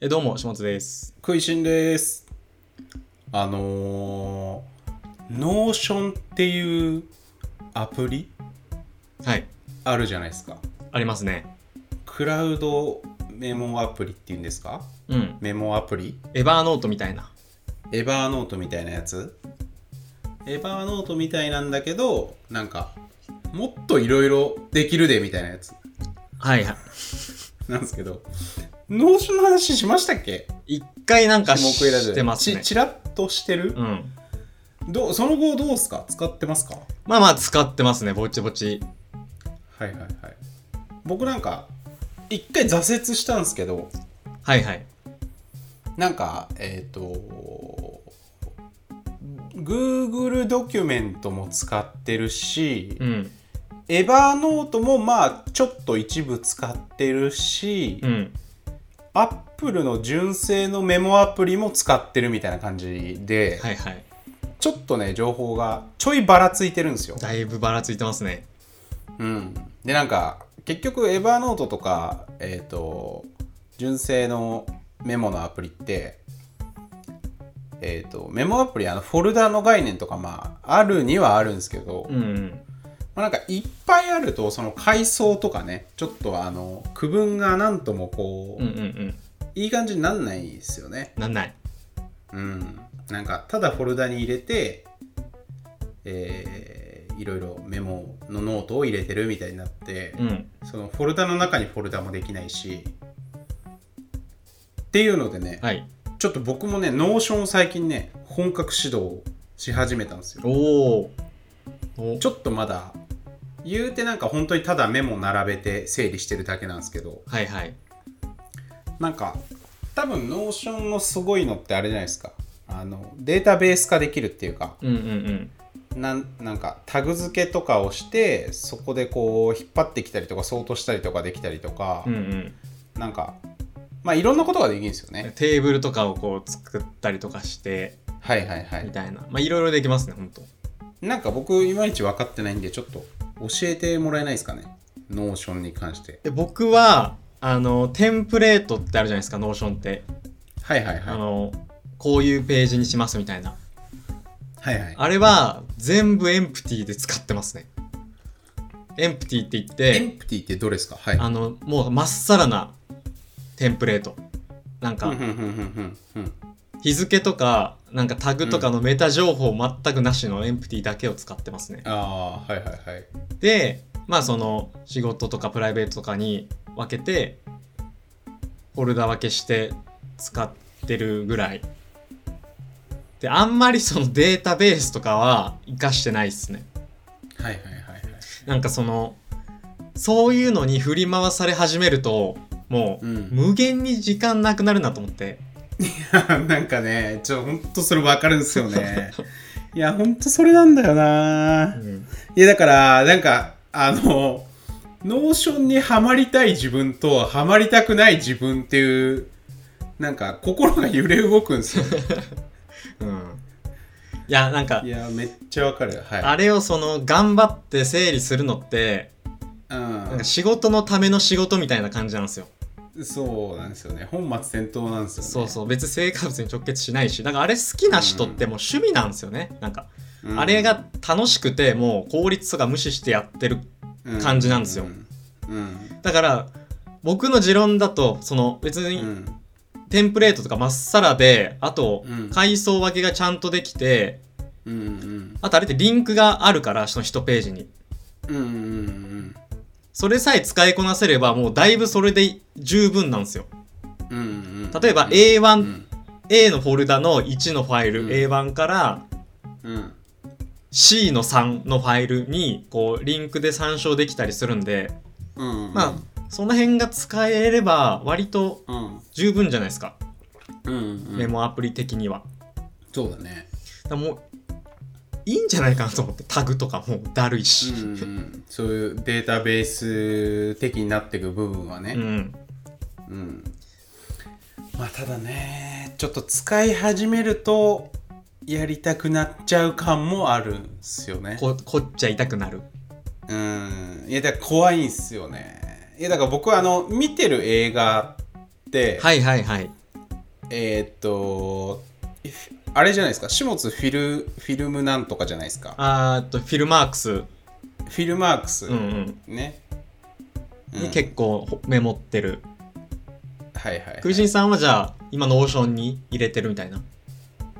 えどうも、下津です。食いしんですあのー、ノーションっていうアプリはい、あるじゃないですかありますね。クラウドメモアプリっていうんですかうん。メモアプリエバーノートみたいな。エバーノートみたいなやつエバーノートみたいなんだけどなんかもっといろいろできるでみたいなやつはいはい。なんですけどノーションの話しましたっけ一回なんかし下食いラジオでてますねち。ちらっとしてる、うん。どうその後どうですか使ってますかまあまあ、使ってますね、ぼちぼち。はいはいはい僕なんか一回挫折したんですけどはいはい。なんかえっ、と Google ドキュメントも使ってるし、うん。エバーノートもまあちょっと一部使ってるし、うん。 Apple の純正のメモアプリも使ってるみたいな感じで、はいはい。ちょっとね情報がちょいばらついてるんですよ。だいぶばらついてますね。うん、でなんか結局エバーノートとか、えー、と純正のメモのアプリって、えー、とメモアプリあのフォルダの概念とかまああるにはあるんですけど、うんうん。まあ、なんかいっぱいあるとその階層とかねちょっとあの区分がなんともこう、うんうんうん。いい感じになんないですよね。なんない。うん、なんかただフォルダに入れて、えーいろいろメモのノートを入れてるみたいになって。うん。そのフォルダの中にフォルダもできないしっていうのでね、はい。ちょっと僕もねノーションを最近ね本格指導し始めたんですよおー。おちょっとまだ言うてなんか本当にただメモ並べて整理してるだけなんですけどはいはい。なんか多分ノーションのすごいのってあれじゃないですかあのデータベース化できるっていうかうんうんなんなんかタグ付けとかをしてそこでこう引っ張ってきたりとか相当したりとかできたりとか、うん。うんなんかまあいろんなことができるんですようん。ねテーブルとかをこう作ったりとかして、はいはいはみいたいな。まあ、いろいろできますね、ほんと。なんか僕いまいち分かってないんでちょっと教えてもらえないですかねノーションに関してで僕はあのテンプレートってあるじゃないですかノーションって、はいはいあはのこういうページにしますみたいないはいはいあれは全部エンプティで使ってますねエンプティって言ってエンプティってどれですかはいあのもうまっさらなテンプレートなんうんかうんうんうんうん日付とかなんかタグとかのメタ情報全くなしのエンプティだけを使ってますねああはいはいはいでまあその仕事とかプライベートとかに分けてフォルダ分けして使ってるぐらいであんまりそのデータベースとかは活かしてないっすねはいはいはいはいなんかそのそういうのに振り回され始めるともううん無限に時間なくなるなと思って なんかねちょほんとそれ分かるんですよ ねいやほんとそれなんだよなうんいやだからなんかあのノーションにはまりたい自分とはまりたくない自分っていうなんか心が揺れ動くんですようんいやなんかいやめっちゃわかるはいあれをその頑張って整理するのってなんかう仕事のための仕事みたいな感じなんですよん、そうなんですよね本末転倒なんですよねそうそう別に生活に直結しないしだからあれ好きな人ってもう趣味なんですよね、なんかうん、あれが楽しくてもう効率とか無視してやってる感じなんですようんうんだから僕の持論だとその別うにんテンプレートとかまっさらであとうん階層分けがちゃんとできてうんうんあとあれってリンクがあるからその1ページにうんうんうんそれさえ使いこなせればもうだいぶそれで十分なんですようんうん例えばう A1A んのフォルダの1のファイル、うん A1 からうん C の3のファイルにこうリンクで参照できたりするんでうんうんまあその辺が使えれば割とうん十分じゃないですか、うんうんメモアプリ的にはそうだねだからもういいんじゃないかなと思ってタグとかもうだるいしうんうんそういうデータベース的になっていく部分はうん、ね、うんまあただねちょっと使い始めるとやりたくなっちゃう感もあるんすよねここっちゃ痛くなるうんいやだから怖いんすよねいやだから僕はあの見てる映画って、はいはいはいえーっとあれじゃないですか始末フィルフィルムなんとかじゃないですかあーっとフィルマークス、フィルマークス、うんうんね、に結構ほメモってる構はいはい、クイシンさんはじゃあ今ノーションに入れてるみたいな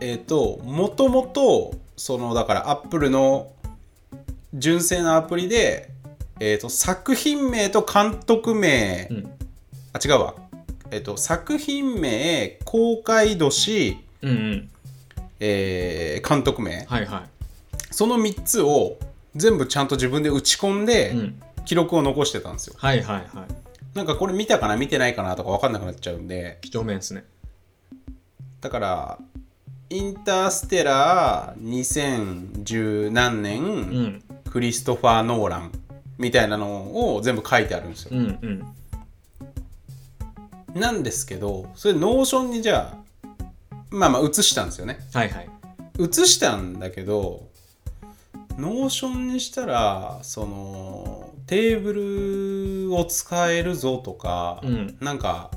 えっ、ともともとそのだからアップルの純正のアプリで、えー、と作品名と監督名、うんあ違うわ、えー、と作品名公開年、うんうんえー監督名はいはその3つを全部ちゃんと自分で打ち込んい、でうん、記録を残してたんですよ、はいはいはいなんかこれ見たかな見てないかなとか分かんなくなっちゃうんで几帳面ですねだからインターステラー2010何年、うんクリストファー・ノーランみたいなのを全部書いてあるんですよう。んうんなんですけどそれノーションにじゃあまあまあ写したんですよね。はいはい写したんだけどノーションにしたらそのテーブルを使えるぞとか、うんなんか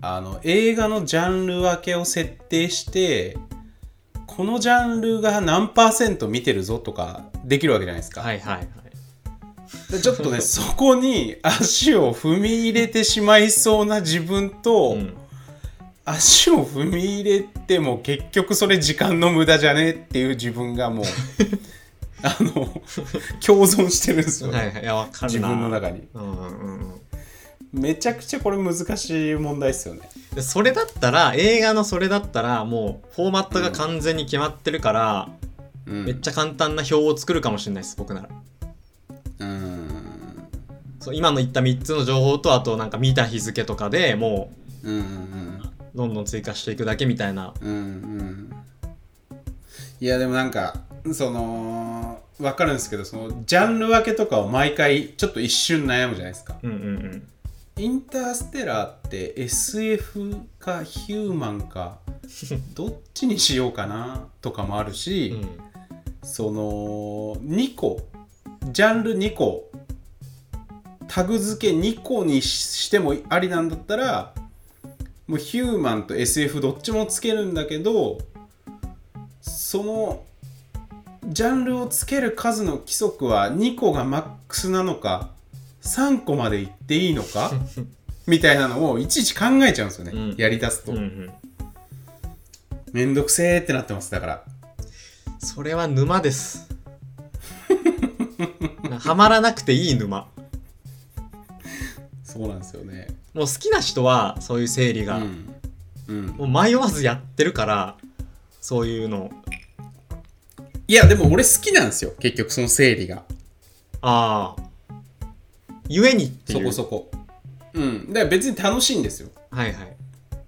あの映画のジャンル分けを設定してこのジャンルが何パーセント見てるぞとかできるわけじゃないですか。はいはいはいでちょっとねそこに足を踏み入れてしまいそうな自分と、うん足を踏み入れても結局それ時間の無駄じゃねっていう自分がもうあの共存してるんですよ、はいはいいやわかるな自分の中にうんうんうんめちゃくちゃこれ難しい問題ですよねでそれだったら映画のそれだったらもうフォーマットが完全に決まってるから、うんめっちゃ簡単な表を作るかもしれないです僕ならうんそう今の言った3つの情報とあとなんか見た日付とかでもうんうんうどんどん追加していくだけみたいなうんうんいやでもなんかそのわかるんですけどそのジャンル分けとかを毎回ちょっと一瞬悩むじゃないですかうんうんうんインターステラーって SF かヒューマンかどっちにしようかなとかもあるし、うんその2個ジャンル2個タグ付け2個にしてもありなんだったらもうヒューマンと SF どっちもつけるんだけどそのジャンルをつける数の規則は2個がマックスなのか3個までいっていいの かみたいなのをいちいち考えちゃうんですよね、うんやりだすと、うんうんめんどくせーってなってますだからそれは沼です はまらなくていい沼そうなんですよねもう好きな人はそういう整理が、うんうんもう迷わずやってるからそういうのいや、でも俺好きなんですよ。結局その整理が。ああゆえにっていそうこそこ。うん。だから別に楽しいんですよ。はいはい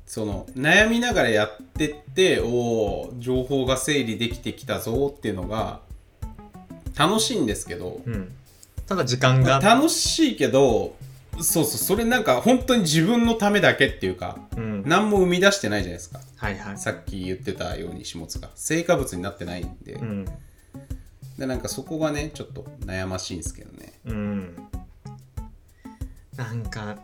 その、悩みながらやってって、おー情報が整理できてきたぞっていうのが、楽しいんですけど、うんただ時間が楽しいけど、そうそう、それなんか本当に自分のためだけっていうか、うん何も生み出してないじゃないですか。はいはいさっき言ってたように、始末が。成果物になってないんで。うんで、なんかそこがね、ちょっと悩ましいんですけどね。うんなんか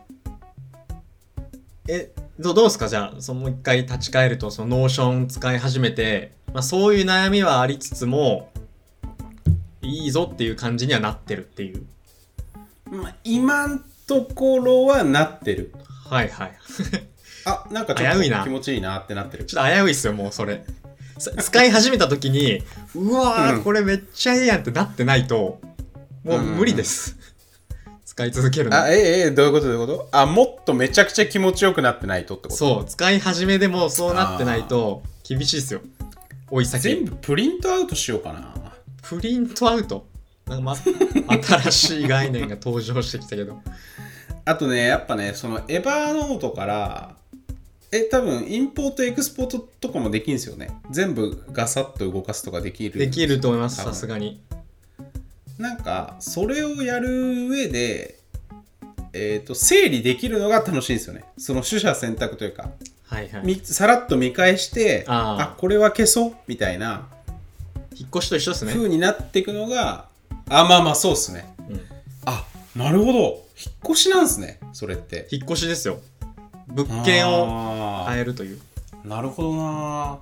えどどうですかじゃあそのもう一回立ち返るとそのノーション使い始めて、まあ、そういう悩みはありつつもいいぞっていう感じにはなってるっていうまあ、今んところはなってる。はいはいあなんかちょっ危ういなと気持ちいいなってなってる。ちょっと危ういっすよもうそれさ使い始めた時にうわうーんこれめっちゃええやんってなってないともう無理です、使い続けるのあええええどういうことどういうことあもっとめちゃくちゃ気持ちよくなってないとってことそう使い始めでもそうなってないと厳しいですよ追い先全部プリントアウトしようかな。プリントアウトなんかま新しい概念が登場してきたけど あとねやっぱねそのエバーノートからえ多分インポートエクスポートとかもできるんですよね。全部ガサッと動かすとかできる。できると思います多分さすがになんかそれをやる上でえっ、と整理できるのが楽しいんですよね。その取捨選択というか。はいはいみさらっと見返してあーあこれは消そうみたいな引っ越しと一緒ですね、風になっていくのがあまあまあそうっすねうんあなるほど引っ越しなんすねそれって引っ越しですよ物件をあー変えるというなるほどな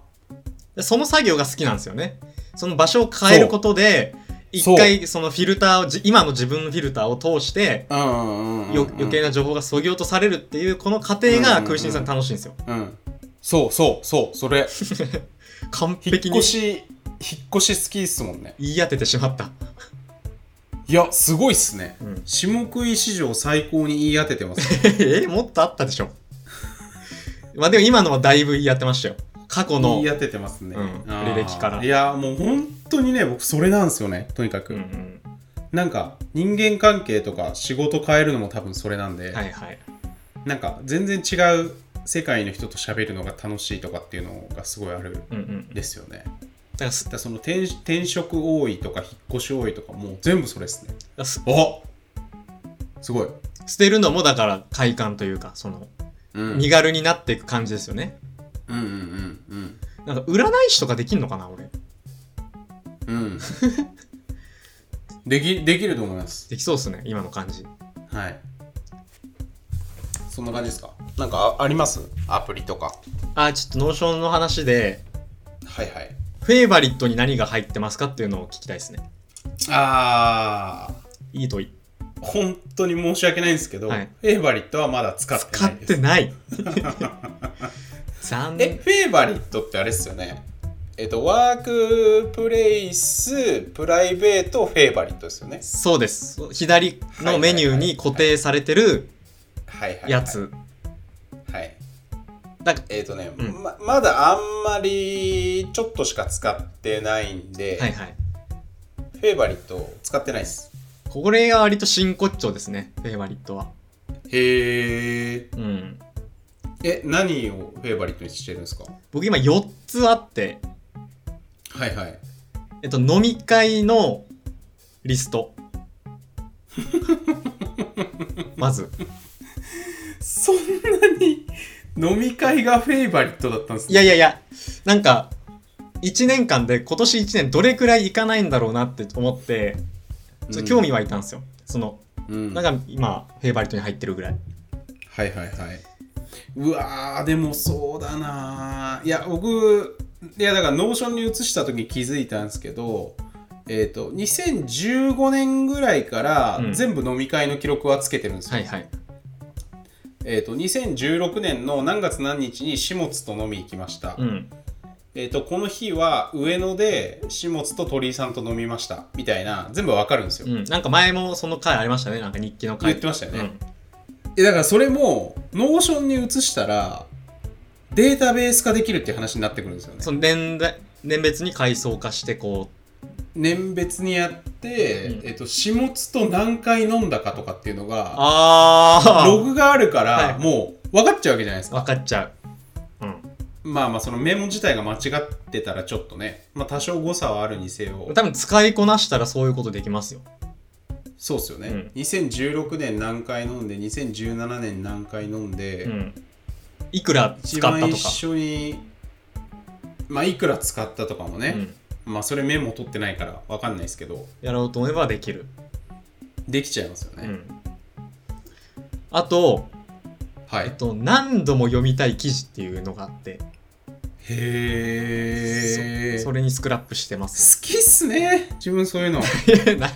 でその作業が好きなんですよねその場所を変えることでそう一回そのフィルターをじ今の自分のフィルターを通してうんうんうんうんよ余計な情報がそぎ落とされるっていうこの過程うんうんうがん空心さん楽しいんですようんそうそうそうそれ完引っ璧に越し引っ越し好きっすもんね言い当ててしまった、いやすごいっすねうん、 下食い史上最高に言い当ててます えもっとあったでしょまあでも今のはだいぶ言い当てましたよ過去言のい当ててますね、うんあー履歴からいやもう本当にね僕それなんですよねとにかく、うんうんなんか人間関係とか仕事変えるのも多分それなんで、はいはいなんか全然違う世界の人と喋るのが楽しいとかっていうのがすごいあるうんうんだかですよねらすだからその転転職多いとか引っ越し多いとかもう全部それですねすおすごい、捨てるのもだから快感というかそのうん、うん身軽になっていく感じですよねうんうんなんか占い師とかできんのかな俺うんうん できできると思いますできそうっすね今の感じはいそんな感じですかなんかあありますアプリとかあちょっとノーションの話ではいはいフェイバリットに何が入ってますかっていうのを聞きたいですねああいいとい本当に申し訳ないんですけど、はいフェイバリットはまだ使って使ないっですてない 残え念フェイバリットってあれっすよねえっとワークプレイスプライベートフェイバリットですよねそうです左のメニューに固定されてるはいはい、はい、やつはいなんかえっ、とね、うんままだあんまりちょっとしか使ってないんで、はいはいフェイバリット使ってないっすこれが割と真骨頂ですねフェイバリットはへえうんえ何をフェイバリットにしてるんですか僕今4つあってはいはいえっと飲み会のリス トまずそんなに飲み会がフェイバリットだったんですいやいやいや、なんか、1年間で今年1年どれくらい行かないんだろうなって思って、ちょっと興味湧いたんですよ。その、うんなんか今、フェイバリットに入ってるぐらい。はいはいはいうわーでもそうだなーいや僕いやだからノーションに移した時気づいたんですけどえっ、と2015年ぐらいからうん全部飲み会の記録はつけてるんですよ、はいはい。えっ、と2016年の何月何日に下津と飲み行きました、うん。えっ、とこの日は上野で下津と鳥居さんと飲みましたみたいな全部わかるんですよ、うん。なんか前もその回ありましたね。なんか日記の回。言ってましたよね、うんえだからそれもノーションに移したらデータベース化できるっていう話になってくるんですよねその年代、年別に階層化してこ年別にやって、うんえっと、始末と何回飲んだかとかっていうのう。があログがあるから、はいもう分かっちゃうわけじゃないですーわかかっちゃう。うん。まあまあそのメモ自体が間違ってたらちょっとね、まあ、多少誤差はあるにせよ多分使いこなしたらそういうことできますよ。そうっすよね、うん2016年何回飲んで2017年何回飲んで、うん。いくら使一った番と一か。緒にまあいくら使ったとかもね、うん。まあそれメモ取ってないから分かんないですけどやろうと思えばできる。できちゃいますようね、ん。あと、はいえっへと、何度も読みたい記事っていうのがあって、えそそ好れにスクラップして ます。きっすね自分そういうの な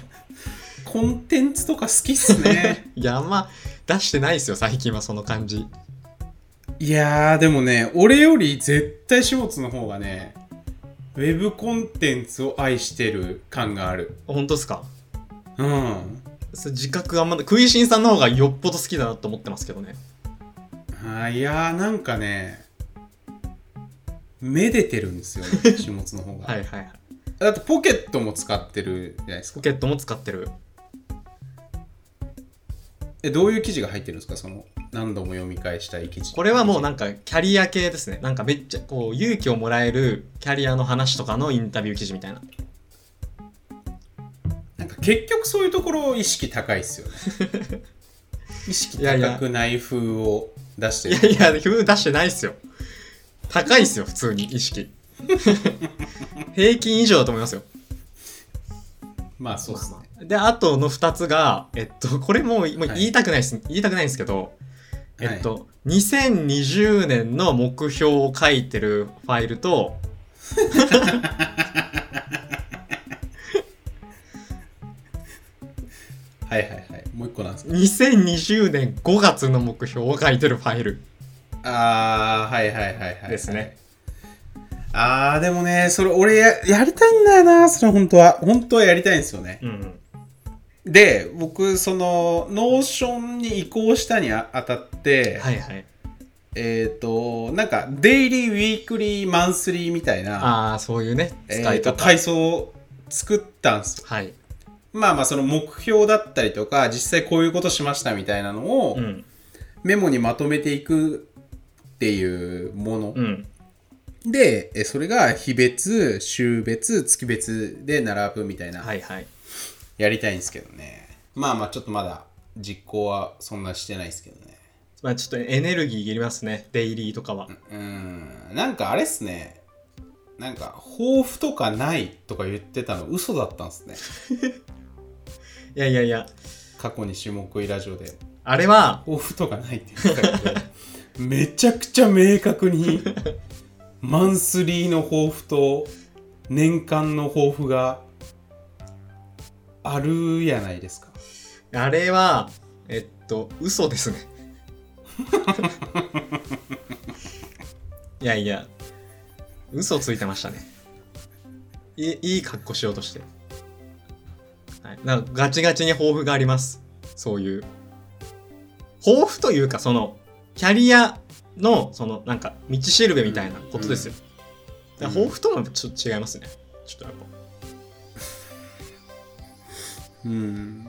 コンテンツとか好きっすね いや、あんま出してないですよ、最近はその感じ。いやーでもね俺より絶対下津の方がねウェブコンテンツを愛してる感がある本当ですかうんそれ自覚あんま、食いしんさんの方がよっぽど好きだなと思ってますけどね。あーいやーなんかねめでてるんですよね 下津の方が、はいはいはい。だってポケットも使ってるじゃないですかポケットも使ってる。えどういう記事が入ってるんですかその何度も読み返したい記事これはもうなんかキャリア系ですね。なんかめっちゃこう勇気をもらえるキャリアの話とかのインタビュー記事みたいな。なんか結局そういうところ意識高いっすよね 意識いやいや高くない風を出しているやいや、風出してないっすよ。高いっすよ、普通に意識。平均以上だと思いますよ。まあそうっすねまあまあであとの2つがえっとこれもうもうはい言いたくないです、言いたくないんですけどえっと、2020年の目標を書いてるファイルと、はいはいはいもう一個なんですか2020年5月の目標を書いてるファイル。ああはいはいはいはいはいですねああでもねそれ俺ややりたいんだよなそれ本当は本当はやりたいんですよねうん。で僕そのノーションに移行したにああたって、はいはい。えっ、となんかデイリーウィークリーマンスリーみたいな、ああ、そういうね、え使いー、と方。階層を作ったんですよはい。まあまあその目標だったりとか実際こういうことしましたみたいなのをうん。メモにまとめていくっていうもの、うん。でえそれが日別週別月別で並ぶみたいな、はいはい。やりたいんですけどねまあまあちょっとまだ実行はそんなしてないですけどねまあちょっとエネルギーいりますね、デイリーとかは。うーんなんかあれっすねなんか抱負とかないとか言ってたの嘘だったんですねいやいやいや、過去に下食いラジオであれは、 抱負とかないって言ってたけどめちゃくちゃ明確にマンスリーの抱負と年間の抱負があるやないですかあれは、えっと、嘘ですね。いやいや、嘘ついてましたね。いいいい格好しようとして。はい、なんかガチガチに抱負があります。そういう。抱負というか、その、キャリアの、その、なんか、道しるべみたいなことですよ。だから抱負ともちょっと違いますね。ちょっとやっぱ。うん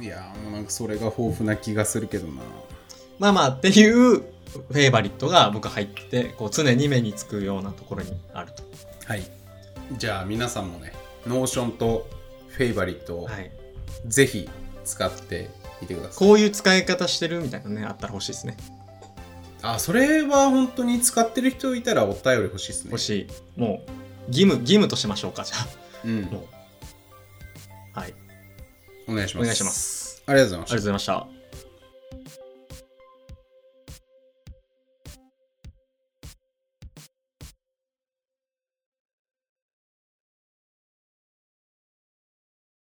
いやもうなんかそれが豊富な気がするけどなまあまあっていうフェイバリットが僕入ってこう常に目につくようなところにあると。はいじゃあ皆さんもねノーションとフェイバリットをはい、ぜひ使ってみてください、こういう使い方してるみたいなのねあったら欲しいですね。あそれは本当に使ってる人いたらお便り欲しいですね欲しい。もう義務義務としましょうかじゃうんあ。はいお願いしお願いします。ありがとうございまありしたがとうございました。